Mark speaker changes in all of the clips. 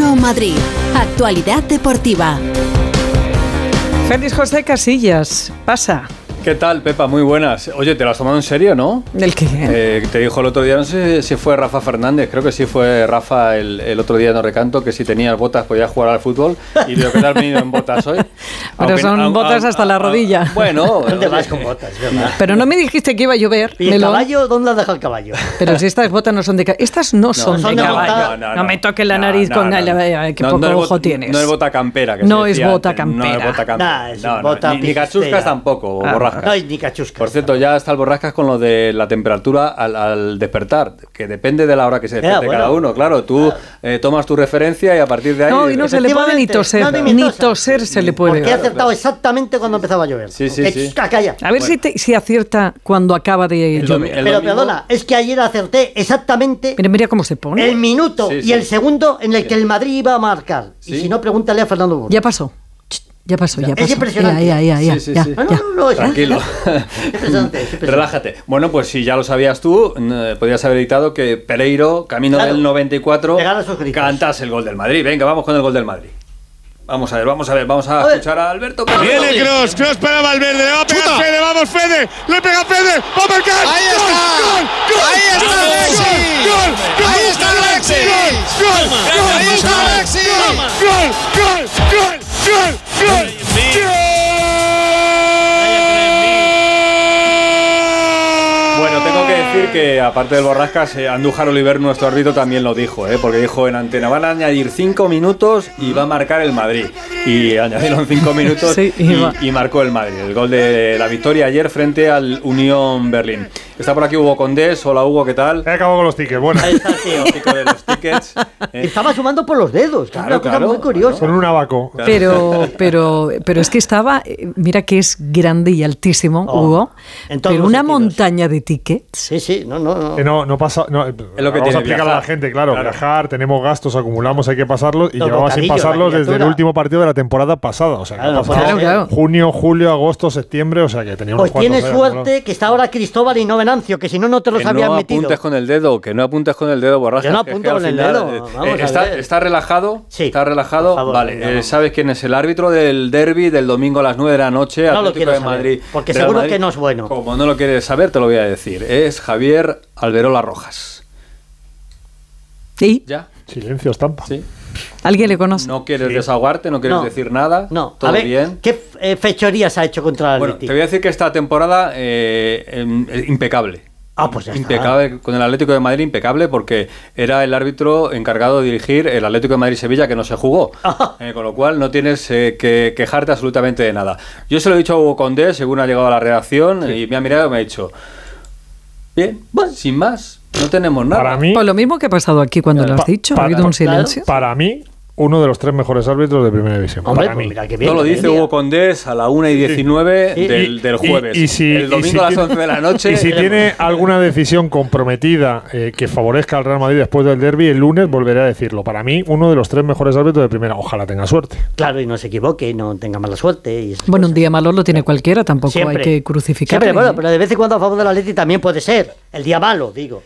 Speaker 1: Madrid. Actualidad deportiva.
Speaker 2: Félix José Casillas, pasa.
Speaker 3: ¿Qué tal, Pepa? Muy buenas. Oye, te lo has tomado en serio, ¿no?
Speaker 2: ¿Del qué?
Speaker 3: Eh, te dijo el otro día, no sé si fue Rafa Fernández, creo que sí fue Rafa el, el otro día no recanto, que si tenías botas podías jugar al fútbol y lo que te has venido en botas hoy.
Speaker 2: Pero son
Speaker 3: au- au-
Speaker 2: botas hasta la rodilla.
Speaker 3: Bueno,
Speaker 4: ¿Dónde vas con botas? es verdad?
Speaker 2: Pero no me dijiste que iba a llover.
Speaker 4: ¿Y el
Speaker 2: melón.
Speaker 4: caballo? ¿Dónde has dejado el caballo?
Speaker 2: Pero si estas botas no son de caballo. Estas no, son,
Speaker 4: son
Speaker 2: de
Speaker 4: de
Speaker 2: caballo.
Speaker 4: bota-
Speaker 2: No me toque la nariz con el- eh, qué poco
Speaker 3: es
Speaker 2: ojo
Speaker 3: bota-
Speaker 2: tienes.
Speaker 3: No es bota campera. Que
Speaker 2: No
Speaker 3: se
Speaker 2: es
Speaker 3: decía
Speaker 2: bota
Speaker 3: antes, No
Speaker 2: campera.
Speaker 3: es bota campera.
Speaker 4: Nah, es
Speaker 3: No, no,
Speaker 4: bota
Speaker 3: ni, ni
Speaker 4: pijistera.
Speaker 3: cachuscas tampoco,
Speaker 2: Ah.
Speaker 3: borrascas.
Speaker 4: No hay ni cachuscas.
Speaker 3: Por cierto, ya está el borrascas con lo de la temperatura al, al despertar, que depende de la hora que se despierte
Speaker 4: bueno.
Speaker 3: cada uno. Claro, tú eh, tomas tu referencia y a partir de ahí.
Speaker 2: No, y no se le puede ni
Speaker 4: Efectivamente.
Speaker 2: toser.
Speaker 4: No,
Speaker 2: ni,
Speaker 4: ni tosa.
Speaker 2: toser se le puede.
Speaker 4: Porque he acertado exactamente cuando empezaba a llover.
Speaker 3: Sí, sí,
Speaker 4: Que-
Speaker 3: sí.
Speaker 4: Ah, calla.
Speaker 2: A ver si, te- si acierta cuando acaba de
Speaker 3: El domi-
Speaker 2: llover.
Speaker 3: el
Speaker 4: Pero
Speaker 3: domingo-
Speaker 4: perdona, es que ayer acerté exactamente
Speaker 2: Mira, mira cómo se pone.
Speaker 4: el minuto
Speaker 3: Sí, sí.
Speaker 4: y el segundo en el que el Madrid iba a marcar.
Speaker 3: Sí.
Speaker 4: Y si no, pregúntale a Fernando Burgos.
Speaker 2: Ya pasó. Ch, Ya pasó, ya pasó.
Speaker 4: impresionante.
Speaker 2: Ya, ya, ya, ya,
Speaker 3: Sí, sí,
Speaker 2: ya,
Speaker 3: sí.
Speaker 4: Ah, No, no,
Speaker 2: ya.
Speaker 4: no, no, es-
Speaker 3: Tranquilo.
Speaker 4: Es impresionante, es impresionante.
Speaker 3: Relájate. Bueno, pues si ya lo sabías tú, n- eh, podías haber editado que Pereiro, camino
Speaker 4: Claro.
Speaker 3: del 94,
Speaker 4: Pegar a sus gritos.
Speaker 3: cantas el gol del Madrid. Venga, vamos con el gol del Madrid. Vamos a ver, vamos a ver, vamos a,
Speaker 4: A ver.
Speaker 3: escuchar a Alberto Carlos.
Speaker 5: Viene Cross, Cross para Valverde, va a pegar Fede, vamos Fede, le pega Fede, va a marcar. Ahí está, gol, gol, ahí está Alexis, gol, gol, ahí está Alexis, gol, gol, gol, ahí está Alexis, gol, gol, gol, gol, gol, gol.
Speaker 3: Bueno, tengo que decir que aparte del Borrascas, eh, Andújar Oliver, nuestro árbitro, también lo dijo, ¿eh? porque dijo en antena, van a añadir 5 minutos y va a marcar el Madrid. Y añadieron 5 minutos
Speaker 2: Sí, y va.
Speaker 3: y, y marcó el Madrid, el gol de la victoria ayer frente al Unión Berlín. Está por aquí Hugo Condés, hola Hugo, ¿qué tal?
Speaker 6: He acabado con los tickets, bueno.
Speaker 4: Ahí está, tío.
Speaker 3: Chico de los tickets. eh.
Speaker 4: Estaba sumando por los dedos, que es
Speaker 3: Claro,
Speaker 4: una cosa
Speaker 3: claro,
Speaker 4: muy curiosa.
Speaker 6: Con un abaco.
Speaker 2: Pero, pero, pero es que estaba, eh, mira que es grande y altísimo,
Speaker 4: Oh,
Speaker 2: Hugo,
Speaker 4: en todos
Speaker 2: pero
Speaker 4: los
Speaker 2: una
Speaker 4: sentidos.
Speaker 2: montaña de tickets.
Speaker 4: Sí, sí, no, no, no. Pues
Speaker 6: Eh, no, no pasa. No,
Speaker 3: lo que
Speaker 6: vamos
Speaker 3: tiene
Speaker 6: a explicar a la
Speaker 3: viajar.
Speaker 6: gente, claro,
Speaker 3: Claro.
Speaker 6: Viajar, tenemos gastos, acumulamos, hay que pasarlos. Y
Speaker 4: Los
Speaker 6: llevaba sin
Speaker 4: bocadillos, la
Speaker 6: pasarlos desde el
Speaker 4: criatura.
Speaker 6: último partido de la temporada pasada. O sea, que
Speaker 4: Claro,
Speaker 6: ha
Speaker 4: no puede
Speaker 6: pasado
Speaker 2: Claro,
Speaker 4: ser.
Speaker 2: claro.
Speaker 6: junio, julio, agosto, septiembre. O sea, que tenía unos
Speaker 4: Pues
Speaker 6: cuantos ¿eh?
Speaker 4: tienes
Speaker 6: días
Speaker 4: suerte
Speaker 6: acumulados.
Speaker 4: que está ahora Cristóbal y no Venancio, que si no, no te los
Speaker 3: Que
Speaker 4: habrían
Speaker 3: no
Speaker 4: metido.
Speaker 3: apuntes con el dedo, que no apuntes con el dedo, borrajas.
Speaker 4: Yo no
Speaker 3: que es
Speaker 4: apunto
Speaker 3: que al eh,
Speaker 4: con el dedo, vamos a
Speaker 3: está,
Speaker 4: ver.
Speaker 3: está relajado?
Speaker 4: Sí.
Speaker 3: Está relajado.
Speaker 4: Por favor,
Speaker 3: vale,
Speaker 4: venga,
Speaker 3: eh,
Speaker 4: vamos.
Speaker 3: ¿sabes quién es el árbitro del derby del domingo a las 9 de la noche?
Speaker 4: No lo
Speaker 3: Atlético
Speaker 4: quiero
Speaker 3: de
Speaker 4: saber,
Speaker 3: Madrid.
Speaker 4: porque
Speaker 3: Real
Speaker 4: seguro
Speaker 3: Madrid?
Speaker 4: que no es bueno.
Speaker 3: Como no lo quieres saber, te lo voy a decir. Es Javier Alberola Rojas.
Speaker 2: ¿Y?
Speaker 3: ¿Ya?
Speaker 6: Silencio, estampa.
Speaker 3: ¿Sí?
Speaker 2: ¿Alguien le conoce?
Speaker 3: No quieres desahogarte, no quieres
Speaker 4: No.
Speaker 3: decir nada.
Speaker 4: No,
Speaker 3: ¿Todo
Speaker 4: a ver,
Speaker 3: bien?
Speaker 4: ¿qué eh, fechorías ha hecho contra el
Speaker 3: Bueno,
Speaker 4: Atlético?
Speaker 3: te voy a decir que esta temporada eh, em, eh, impecable.
Speaker 4: Ah, pues ya está.
Speaker 3: impecable con el Atlético de Madrid impecable porque era el árbitro encargado de dirigir el Atlético de Madrid Sevilla que no se jugó Eh, con lo cual no tienes eh, que quejarte absolutamente de nada yo se lo he dicho a Hugo Condé según ha llegado a la redacción y me ha mirado y me ha dicho bien bueno, sin más no tenemos nada
Speaker 6: Para mí,
Speaker 2: Pues lo mismo que ha pasado aquí cuando lo
Speaker 6: Pa-
Speaker 2: has dicho, ha
Speaker 6: para-
Speaker 2: habido un
Speaker 4: claro.
Speaker 2: silencio.
Speaker 6: para mí, uno de los tres mejores árbitros de primera división.
Speaker 4: Hombre,
Speaker 6: para
Speaker 4: pues
Speaker 6: mí.
Speaker 4: mira qué bien.
Speaker 3: no lo
Speaker 4: qué
Speaker 3: dice
Speaker 4: bien.
Speaker 3: Hugo Condés a la 1 y 19
Speaker 4: Y-
Speaker 3: del,
Speaker 6: y-
Speaker 3: del
Speaker 6: y-
Speaker 3: jueves.
Speaker 6: y si-
Speaker 3: el
Speaker 6: y
Speaker 3: domingo
Speaker 6: si
Speaker 3: a las
Speaker 6: tiene-
Speaker 3: 11 de la noche.
Speaker 6: Y si tiene alguna decisión comprometida eh, que favorezca al Real Madrid después del derby, el lunes volveré a decirlo. Para mí, uno de los tres mejores árbitros de primera. Ojalá tenga suerte.
Speaker 4: Claro, y no se equivoque, y no tenga mala suerte. Y esas
Speaker 2: Bueno,
Speaker 4: cosas.
Speaker 2: un día malo lo tiene cualquiera, tampoco hay que crucificar. ¿eh?
Speaker 4: Siempre, bueno, pero de vez en cuando a favor del Atleti también puede ser. El día malo, digo.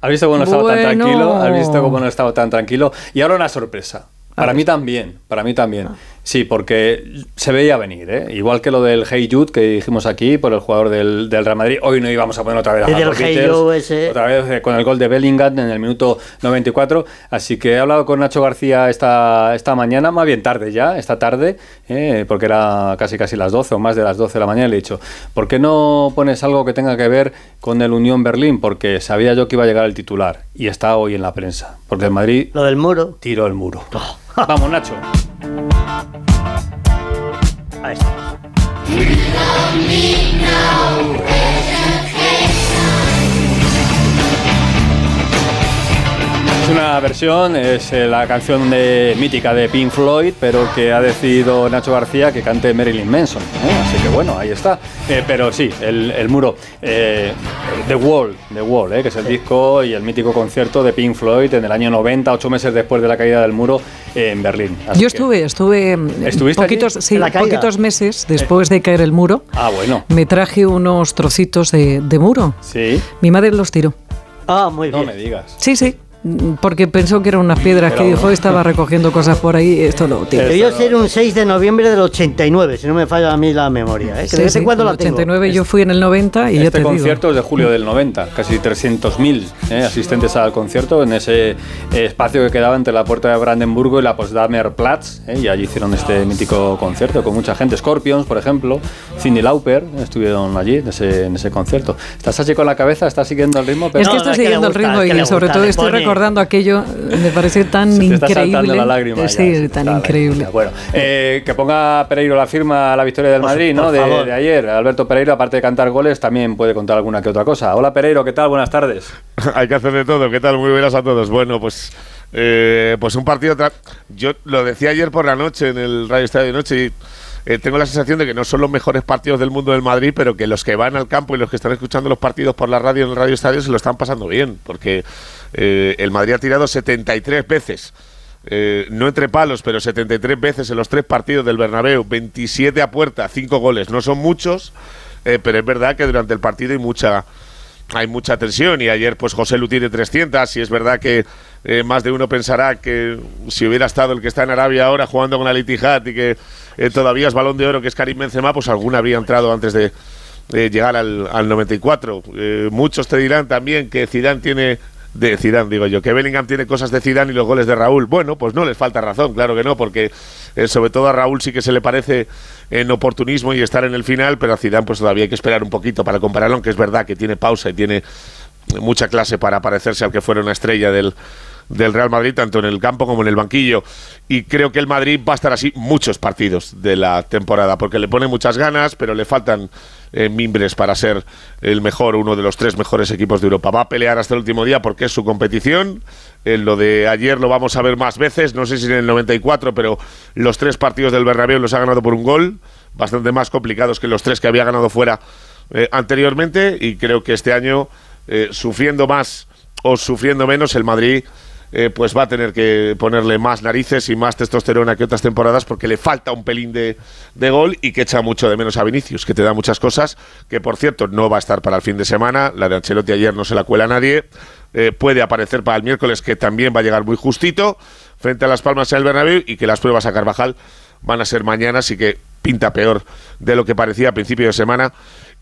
Speaker 3: ¿Has visto cómo no estaba
Speaker 2: Bueno.
Speaker 3: tan tranquilo? ¿Has visto cómo no estaba tan tranquilo? Y ahora una sorpresa. Para mí también, para mí también.
Speaker 4: Ah.
Speaker 3: Sí, porque se veía venir, ¿eh? Igual que lo del Hey Jude que dijimos aquí por el jugador del, del Real Madrid. Hoy no íbamos a poner otra vez a
Speaker 4: Y del
Speaker 3: Harold
Speaker 4: Hey
Speaker 3: Peters,
Speaker 4: Jude ese.
Speaker 3: Otra vez eh, con el gol de Bellingham en el minuto 94. Así que he hablado con Nacho García esta, esta mañana, más bien tarde ya, esta tarde, eh, porque era casi casi las 12 o más de las 12 de la mañana. y Le he dicho, ¿por qué no pones algo que tenga que ver con el Unión Berlín? Porque sabía yo que iba a llegar el titular y está hoy en la prensa. Porque el Madrid
Speaker 4: Lo del muro.
Speaker 3: tiró el muro. Vamos, Nacho.
Speaker 4: Ahí está.
Speaker 3: Es una versión, es eh, la canción de, mítica de Pink Floyd, pero que ha decidido Nacho García que cante Marilyn Manson. ¿eh? Así que bueno, ahí está. Eh, pero sí, el, el muro, eh, The Wall, The Wall, ¿eh? que es el disco y el mítico concierto de Pink Floyd en el año 90, ocho meses después de la caída del muro eh, en Berlín. Así
Speaker 2: Yo
Speaker 3: que-
Speaker 2: estuve, estuve mm,
Speaker 3: ¿Estuviste
Speaker 2: poquitos,
Speaker 3: allí?
Speaker 2: sí,
Speaker 4: En la caída.
Speaker 2: poquitos meses después de caer el muro,
Speaker 3: Ah, bueno.
Speaker 2: me traje unos trocitos de, de muro.
Speaker 3: Sí.
Speaker 2: Mi madre los tiró.
Speaker 4: Ah, muy
Speaker 3: No
Speaker 4: bien.
Speaker 3: me digas.
Speaker 2: Sí, sí. porque pensó que eran unas piedras
Speaker 3: Pero
Speaker 2: que dijo
Speaker 3: bueno.
Speaker 2: estaba recogiendo cosas por ahí, esto lo tiene.
Speaker 4: Debió ser un 6 de noviembre del 89, si no me falla a mí la memoria. ¿eh? Que
Speaker 2: Sí,
Speaker 4: de vez en
Speaker 2: sí,
Speaker 4: cuando
Speaker 2: en
Speaker 4: la
Speaker 2: el
Speaker 4: tengo.
Speaker 2: 89 yo fui en el 90 y ya
Speaker 3: Este
Speaker 2: te
Speaker 3: concierto es de julio del 90, casi 300.000 eh, asistentes al concierto en ese eh, espacio que quedaba entre la puerta de Brandenburgo y la Potsdamer Platz, eh, y allí hicieron este mítico concierto con mucha gente. Scorpions, por ejemplo, Cindy Lauper eh, estuvieron allí en ese, en ese concierto. Estás así con la cabeza, estás siguiendo el ritmo,
Speaker 2: digo.
Speaker 3: pero
Speaker 2: Es que
Speaker 4: No,
Speaker 2: estoy
Speaker 4: es que le
Speaker 2: siguiendo el
Speaker 4: gusta,
Speaker 2: ritmo
Speaker 4: es que
Speaker 2: y
Speaker 4: le
Speaker 2: sobre
Speaker 4: gusta,
Speaker 2: todo
Speaker 4: le
Speaker 2: estoy
Speaker 4: pone-
Speaker 2: recordando aquello, eh, me parece tan
Speaker 3: Se te está saltando
Speaker 2: increíble.
Speaker 3: la lágrima.
Speaker 2: Eh,
Speaker 3: ya,
Speaker 2: sí,
Speaker 3: se te
Speaker 2: tan
Speaker 3: está la
Speaker 2: increíble.
Speaker 3: lágrima. Bueno, eh, que ponga Pereiro la firma a la victoria del
Speaker 4: Por su-
Speaker 3: Madrid, ¿no?
Speaker 4: por
Speaker 3: De,
Speaker 4: favor.
Speaker 3: de ayer. Alberto Pereiro, aparte de cantar goles, también puede contar alguna que otra cosa. Hola Pereiro, ¿qué tal? Buenas tardes.
Speaker 7: Hay que hacer de todo. ¿Qué tal? Muy buenas a todos. Bueno, pues, eh, pues un partido. tra- Yo lo decía ayer por la noche en el Radio Estadio de Noche y eh, tengo la sensación de que no son los mejores partidos del mundo del Madrid, pero que los que van al campo y los que están escuchando los partidos por la radio en el Radio Estadio se lo están pasando bien, porque eh, el Madrid ha tirado 73 veces. eh, no entre palos, pero 73 veces en los tres partidos del Bernabéu, 27 a puerta, 5 goles. No son muchos, eh, pero es verdad que durante el partido hay mucha, hay mucha tensión y ayer pues José Lu tiene 300 y es verdad que eh, más de uno pensará que si hubiera estado el que está en Arabia ahora jugando con Al Tijat y que eh, todavía es balón de oro que es Karim Benzema pues alguna habría entrado antes de eh, llegar al, al 94 Eh, muchos te dirán también que Zidane tiene de Zidane digo yo que Bellingham tiene cosas de Zidane y los goles de Raúl bueno pues no les falta razón claro que no porque eh, sobre todo a Raúl sí que se le parece en oportunismo y estar en el final, pero a Zidane pues todavía hay que esperar un poquito para compararlo, aunque es verdad que tiene pausa y tiene mucha clase para parecerse al que fuera una estrella del, del Real Madrid, tanto en el campo como en el banquillo. Y creo que el Madrid va a estar así muchos partidos de la temporada, porque le pone muchas ganas, pero le faltan eh, mimbres para ser el mejor, uno de los tres mejores equipos de Europa. Va a pelear hasta el último día porque es su competición. Eh, lo de ayer lo vamos a ver más veces, no sé si en el 94, pero los tres partidos del Bernabéu los ha ganado por un gol, bastante más complicados que los tres que había ganado fuera eh, anteriormente y creo que este año, eh, sufriendo más o sufriendo menos, el Madrid eh, pues va a tener que ponerle más narices y más testosterona que otras temporadas porque le falta un pelín de, de gol y que echa mucho de menos a Vinicius, que te da muchas cosas, que por cierto no va a estar para el fin de semana, la de Ancelotti ayer no se la cuela a nadie, eh, puede aparecer para el miércoles que también va a llegar muy justito frente a Las Palmas en el Bernabéu y que las pruebas a Carvajal van a ser mañana, así que pinta peor de lo que parecía a principio de semana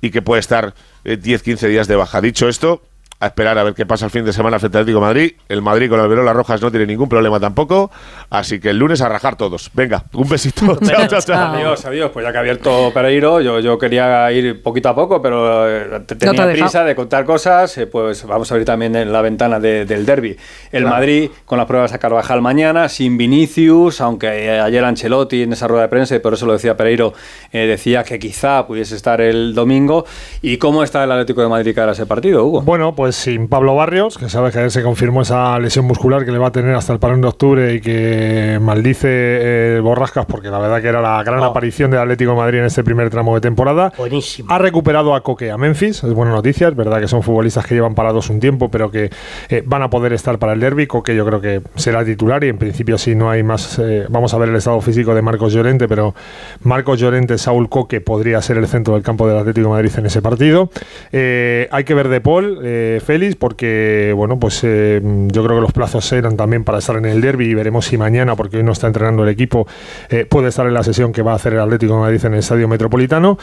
Speaker 7: y que puede estar eh, 10-15 días de baja. Dicho esto, a esperar a ver qué pasa el fin de semana frente al Atlético de Madrid. El Madrid con las rojas no tiene ningún problema tampoco, así que el lunes a rajar todos. Venga, un besito. chao, chao, chao.
Speaker 3: Adiós, adiós. Pues ya que ha abierto Pereiro, yo, yo quería ir poquito a poco, pero eh, te-
Speaker 2: No te
Speaker 3: tenía
Speaker 2: ha dejado.
Speaker 3: prisa de contar cosas. eh, Pues vamos a abrir también en la ventana de- del derby. El Madrid con las pruebas a Carvajal mañana, sin Vinicius, aunque eh, ayer Ancelotti en esa rueda de prensa, y por eso lo decía Pereiro, eh, decía que quizá pudiese estar el domingo. ¿Y cómo está el Atlético de Madrid cara a ese partido, Hugo?
Speaker 6: Bueno, pues sin Pablo Barrios, que sabes que ayer se confirmó esa lesión muscular que le va a tener hasta el parón de octubre y que maldice eh, Borrascas porque la verdad que era la gran aparición del Atlético de Madrid en este primer tramo de temporada.
Speaker 4: Buenísimo.
Speaker 6: Ha recuperado a Coque y a Memphis, es buena noticia, es verdad que son futbolistas que llevan parados un tiempo, pero que eh, van a poder estar para el derby. Coque yo creo que será titular y en principio si no hay más, eh, vamos a ver el estado físico de Marcos Llorente, pero Marcos Llorente, Saúl Coque podría ser el centro del campo del Atlético de Madrid en ese partido. Eh, hay que ver de Paul, eh, Félix, porque bueno, pues eh, yo creo que los plazos eran también para estar en el derby y veremos si mañana, porque hoy no está entrenando el equipo, eh, puede estar en la sesión que va a hacer el Atlético de Madrid en el Estadio Metropolitano.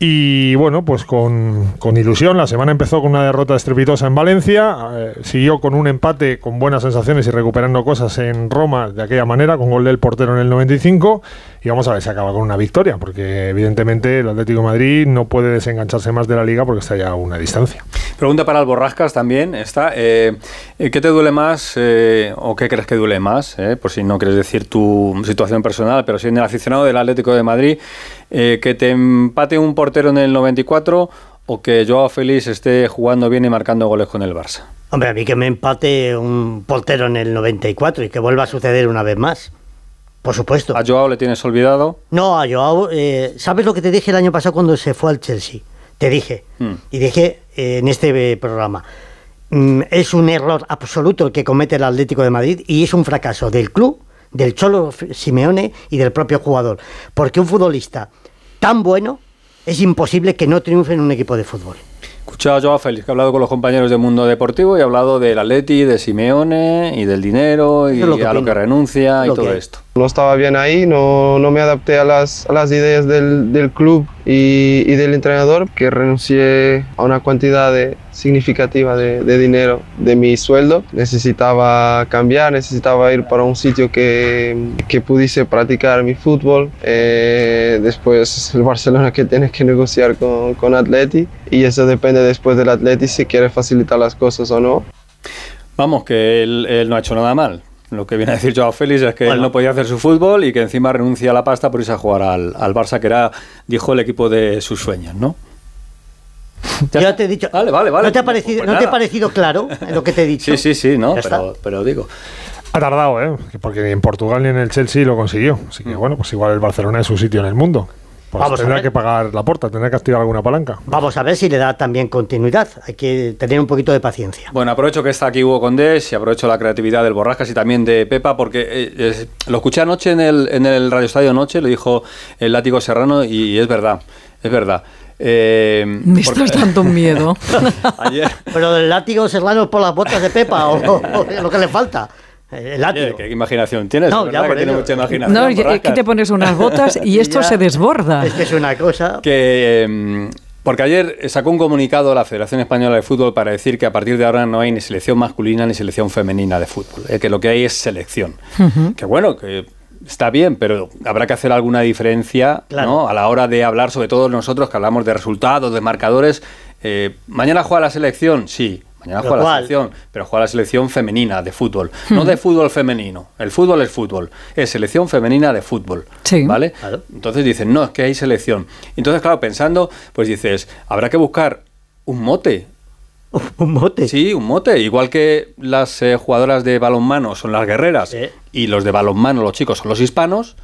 Speaker 6: Y bueno, pues con, con ilusión, la semana empezó con una derrota estrepitosa en Valencia, eh, siguió con un empate con buenas sensaciones y recuperando cosas en Roma de aquella manera, con gol del portero en el 95, y vamos a ver si acaba con una victoria, porque evidentemente el Atlético de Madrid no puede desengancharse más de la liga porque está ya a una distancia.
Speaker 3: Pregunta para el Borrascas también. Está, eh, eh, ¿Qué te duele más eh, o qué crees que duele más? eh? por si no quieres decir tu situación personal, pero siendo el aficionado del Atlético de Madrid, eh, que te empate un portero en el 94 o que Joao Félix esté jugando bien y marcando goles con el Barça.
Speaker 4: Hombre, a mí que me empate un portero en el 94 y que vuelva a suceder una vez más. Por supuesto.
Speaker 3: A Joao le tienes olvidado.
Speaker 4: No, a Joao, eh, ¿sabes lo que te dije el año pasado cuando se fue al Chelsea? Te dije,
Speaker 3: Hmm.
Speaker 4: y dije eh, en este eh, programa, mm, es un error absoluto el que comete el Atlético de Madrid y es un fracaso del club, del Cholo F- Simeone y del propio jugador. Porque un futbolista tan bueno es imposible que no triunfe en un equipo de fútbol.
Speaker 3: escuchado a Joao Félix, que ha hablado con los compañeros del mundo deportivo y ha hablado del Atleti, de Simeone y del dinero y
Speaker 4: Es lo que
Speaker 3: a lo
Speaker 4: opino.
Speaker 3: que renuncia y
Speaker 4: Lo que
Speaker 3: todo
Speaker 4: hay.
Speaker 3: esto.
Speaker 8: No estaba bien ahí, no, no me adapté a las, a las ideas del, del club y, y del entrenador, que renuncié a una cantidad de- significativa de, de dinero de mi sueldo. Necesitaba cambiar, necesitaba ir para un sitio que, que pudiese practicar mi fútbol. Eh, después el Barcelona que tiene que negociar con, con Atleti y eso depende después del Atleti si quiere facilitar las cosas o no.
Speaker 3: Vamos, que él, él no ha hecho nada mal. Lo que viene a decir Joao Félix es que él
Speaker 4: Bueno.
Speaker 3: no podía hacer su fútbol y que encima renuncia a la pasta por irse a jugar al, al Barça, que era, dijo, el equipo de sus sueños, ¿no? Ya
Speaker 4: Yo
Speaker 3: está.
Speaker 4: te he dicho.
Speaker 3: Vale, vale, vale.
Speaker 4: ¿No te ha
Speaker 3: Pues
Speaker 4: parecido,
Speaker 3: pues
Speaker 4: ¿no te ha
Speaker 3: nada.
Speaker 4: parecido claro lo que te he
Speaker 3: Sí,
Speaker 4: dicho?
Speaker 3: sí, sí, ¿no?
Speaker 4: Ya está.
Speaker 3: Pero, pero digo,
Speaker 6: Ha tardado, ¿eh? Porque ni en Portugal ni en el Chelsea lo consiguió. Así
Speaker 3: Mm.
Speaker 6: que, bueno, pues igual el Barcelona es su sitio en el mundo. Pues
Speaker 4: Vamos a
Speaker 6: tendrá
Speaker 4: ver.
Speaker 6: que pagar la puerta, tendrá que activar alguna palanca.
Speaker 4: Vamos a ver si le da también continuidad. Hay que tener un poquito de paciencia.
Speaker 3: Bueno, aprovecho que está aquí Hugo Condés y aprovecho la creatividad del Borrascas y también de Pepa, porque eh, es- lo escuché anoche en el, en el Radio Estadio Noche, lo dijo el látigo serrano, y, es verdad, es verdad. Eh,
Speaker 2: Me
Speaker 3: porque-
Speaker 2: estás dando un miedo.
Speaker 3: ayer,
Speaker 4: Pero el látigo serrano por las botas de Pepa o, o lo que le falta. El
Speaker 3: ayer,
Speaker 4: látigo.
Speaker 3: ¿qué imaginación tienes?
Speaker 4: No,
Speaker 3: ¿verdad
Speaker 4: ya por
Speaker 3: que tiene
Speaker 4: ello.
Speaker 3: mucha imaginación.
Speaker 2: No, ya- es que
Speaker 3: Borrascas?
Speaker 2: te pones unas botas y esto
Speaker 4: Ya.
Speaker 2: se desborda.
Speaker 4: Es que es una cosa.
Speaker 3: Que, eh, porque ayer sacó un comunicado la Federación Española de Fútbol para decir que a partir de ahora no hay ni selección masculina ni selección femenina de fútbol, eh, que lo que hay es selección. Que bueno, que está bien, pero habrá que hacer alguna diferencia
Speaker 4: Claro.
Speaker 3: ¿no? a la hora de hablar, sobre todo nosotros que hablamos de resultados, de marcadores. Eh, mañana juega la selección, sí. Mañana
Speaker 4: Pero
Speaker 3: juega la
Speaker 4: ¿cuál?
Speaker 3: selección, pero juega la selección femenina de fútbol, no de fútbol femenino. El fútbol es fútbol, es selección femenina de fútbol.
Speaker 2: Sí.
Speaker 3: ¿Vale?
Speaker 4: Claro.
Speaker 3: Entonces dicen, no, es que hay selección. Entonces, claro, pensando, pues dices, habrá que buscar un mote.
Speaker 4: Un mote.
Speaker 3: Sí, un mote. Igual que las eh, jugadoras de balonmano son las guerreras
Speaker 4: Sí.
Speaker 3: y los de balonmano, los chicos, son los hispanos.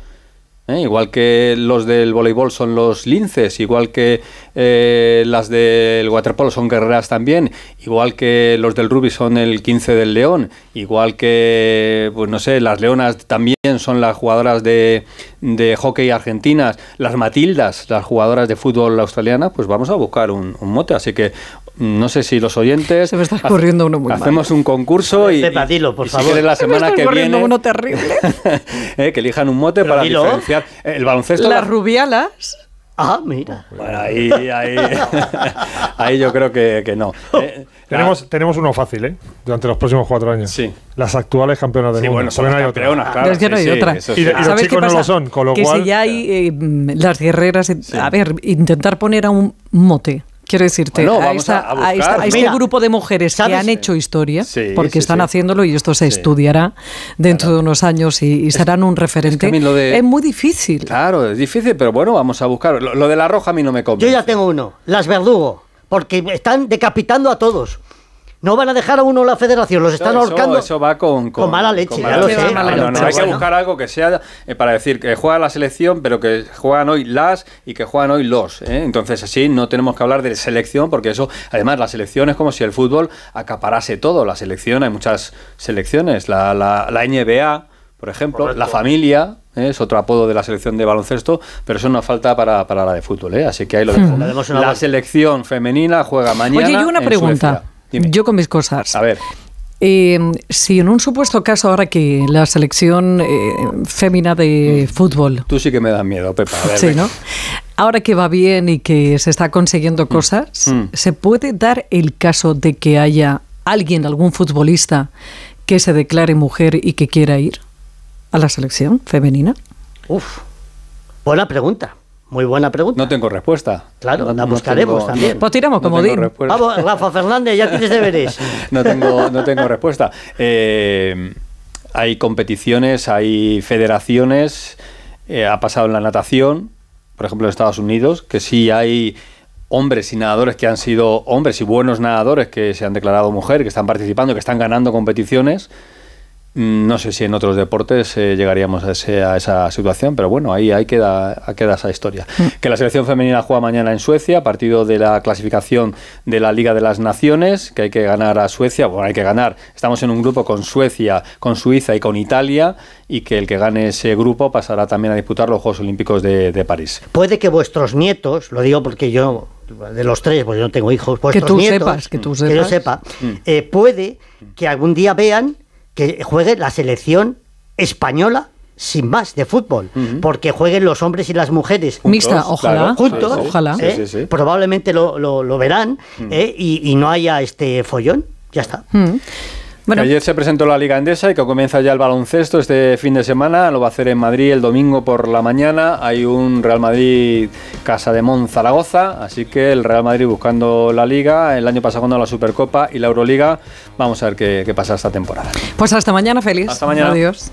Speaker 3: ¿eh? Igual que los del voleibol son los linces, igual que eh, las del waterpolo son guerreras también, igual que los del rugby son el 15 del león, igual que, pues no sé, las leonas también son las jugadoras de, de hockey argentinas, las matildas, las jugadoras de fútbol australiana, pues vamos a buscar un, un mote. Así que mm, no sé si los oyentes...
Speaker 2: Se me está
Speaker 3: hace-
Speaker 2: ocurriendo uno muy malo.
Speaker 3: Hacemos un concurso y...
Speaker 4: Pepa,
Speaker 3: y-
Speaker 4: dilo, por
Speaker 3: y si
Speaker 4: favor.
Speaker 3: quieres la
Speaker 2: Se me
Speaker 3: semana
Speaker 2: está
Speaker 3: que
Speaker 2: ocurriendo
Speaker 3: viene...
Speaker 2: uno terrible.
Speaker 3: Eh, que elijan un mote
Speaker 4: Pero
Speaker 3: para
Speaker 4: dilo.
Speaker 3: diferenciar. Eh, El baloncesto.
Speaker 2: Las
Speaker 3: la-
Speaker 2: rubialas.
Speaker 4: Ah, mira.
Speaker 3: Bueno, ahí, ahí, ahí yo creo que, que no. Eh,
Speaker 6: Tenemos, tenemos uno fácil, ¿eh? Durante los próximos cuatro años.
Speaker 3: Sí.
Speaker 6: Las actuales campeonas del
Speaker 3: Sí,
Speaker 6: mundo.
Speaker 3: bueno, son
Speaker 6: Porque no
Speaker 3: las
Speaker 6: hay otra.
Speaker 3: campeonas, claro.
Speaker 2: Pero es que no
Speaker 3: sí,
Speaker 2: hay
Speaker 3: sí,
Speaker 2: otra.
Speaker 3: eso
Speaker 6: Y
Speaker 3: sí.
Speaker 6: de- y los
Speaker 2: ¿Sabes qué
Speaker 6: chicos no
Speaker 2: pasa?
Speaker 6: lo son, con lo
Speaker 2: que
Speaker 6: cual-
Speaker 2: si ya hay eh, mm, las guerreras, eh, a ver, intentar poner a un mote. Quiero decirte,
Speaker 3: Bueno,
Speaker 2: a,
Speaker 3: vamos
Speaker 2: esta-
Speaker 3: a- a
Speaker 2: a esta-
Speaker 3: buscar.
Speaker 2: a este
Speaker 4: Mira,
Speaker 2: grupo de mujeres que
Speaker 4: ¿sabes?
Speaker 2: han hecho historia,
Speaker 3: Sí,
Speaker 2: porque
Speaker 3: sí,
Speaker 2: están
Speaker 3: sí.
Speaker 2: haciéndolo y esto se
Speaker 3: Sí.
Speaker 2: estudiará dentro de unos años y, y serán un referente.
Speaker 3: a mí lo de-
Speaker 2: Es muy difícil.
Speaker 3: Claro, es difícil, pero bueno, vamos a buscar. Lo, lo de la roja a mí no me
Speaker 4: Yo
Speaker 3: convence.
Speaker 4: ya tengo uno. Las verdugo. Porque están decapitando a todos. No van a dejar a uno la federación. Los están
Speaker 3: Eso-
Speaker 4: ahorcando.
Speaker 3: Eso va con,
Speaker 4: con mala leche,
Speaker 3: con
Speaker 4: ya
Speaker 3: mala
Speaker 4: lo
Speaker 3: leche.
Speaker 4: sé.
Speaker 3: No, no, no,
Speaker 4: Pero
Speaker 3: hay que
Speaker 4: bueno.
Speaker 3: buscar algo que sea eh, para decir que juega la selección, pero que juegan hoy las y que juegan hoy los. ¿eh? Entonces, así no tenemos que hablar de selección, porque eso, además, la selección es como si el fútbol acaparase todo. La selección, hay muchas selecciones. La, la, la NBA, por ejemplo, la familia. ¿eh? Es otro apodo de la selección de baloncesto, pero eso no falta para, para la de fútbol, ¿eh? así que ahí lo dejo.
Speaker 4: Le damos una
Speaker 3: La
Speaker 4: vuelta.
Speaker 3: selección femenina juega mañana.
Speaker 2: Oye, yo una
Speaker 3: en
Speaker 2: pregunta.
Speaker 3: Suecia. Dime.
Speaker 2: Yo con mis cosas.
Speaker 3: A ver.
Speaker 2: Eh, si en un supuesto caso, ahora que la selección eh, fémina de fútbol
Speaker 3: Tú sí que me das miedo, Pepa. A ver,
Speaker 2: Sí,
Speaker 3: venga.
Speaker 2: ¿no? Ahora que va bien y que se está consiguiendo cosas,
Speaker 3: Mm.
Speaker 2: ¿se puede dar el caso de que haya alguien, algún futbolista, que se declare mujer y que quiera ir a la selección femenina?
Speaker 4: Uf. Buena pregunta. Muy buena pregunta.
Speaker 3: No tengo respuesta.
Speaker 4: Claro,
Speaker 3: No-
Speaker 4: la
Speaker 3: no
Speaker 4: buscaremos
Speaker 3: tengo-
Speaker 4: también.
Speaker 2: Pues tiramos
Speaker 3: no tengo
Speaker 2: comodín.
Speaker 3: respuesta.
Speaker 4: Vamos, Rafa Fernández, ya tienes deberes.
Speaker 3: No tengo, no tengo respuesta. Eh, hay competiciones, hay federaciones. eh, ha pasado en la natación, por ejemplo, en Estados Unidos, que sí hay hombres y nadadores que han sido hombres y buenos nadadores que se han declarado mujer, que están participando, que están ganando competiciones. Mm, No sé si en otros deportes eh, llegaríamos a, ese- a esa situación, pero bueno, ahí, ahí queda, ahí queda esa historia.
Speaker 2: Mm.
Speaker 3: Que la selección femenina juega mañana en Suecia, partido de la clasificación de la Liga de las Naciones, que hay que ganar a Suecia, bueno, hay que ganar. Estamos en un grupo con Suecia, con Suiza y con Italia, y que el que gane ese grupo pasará también a disputar los Juegos Olímpicos de, de París.
Speaker 4: Puede que vuestros nietos, lo digo porque yo, de los tres, pues yo no tengo hijos, vuestros
Speaker 2: tú
Speaker 4: nietos,
Speaker 2: sepas, que tú
Speaker 4: yo
Speaker 2: sepas.
Speaker 4: sepa,
Speaker 3: Mm.
Speaker 4: eh, puede que algún día vean que juegue la selección española sin más de fútbol, porque jueguen los hombres y las mujeres
Speaker 2: Mixta, ojalá.
Speaker 3: claro.
Speaker 4: juntos,
Speaker 3: Sí, sí,
Speaker 2: ojalá.
Speaker 3: sí,
Speaker 4: ¿eh?
Speaker 3: sí, Mm. sí.
Speaker 4: probablemente lo, lo- lo verán ¿eh? y, y no haya este follón, ya está.
Speaker 2: Mm. Bueno,
Speaker 3: Ayer se presentó la Liga Endesa y que comienza ya el baloncesto este fin de semana. Lo va a hacer en Madrid el domingo por la mañana. Hay un Real Madrid Casa de Mon Zaragoza, así que el Real Madrid buscando la Liga. El año pasado ganó la Supercopa y la Euroliga. Vamos a ver qué, qué pasa esta temporada.
Speaker 2: pues hasta mañana, feliz.
Speaker 3: Hasta mañana.
Speaker 2: Adiós.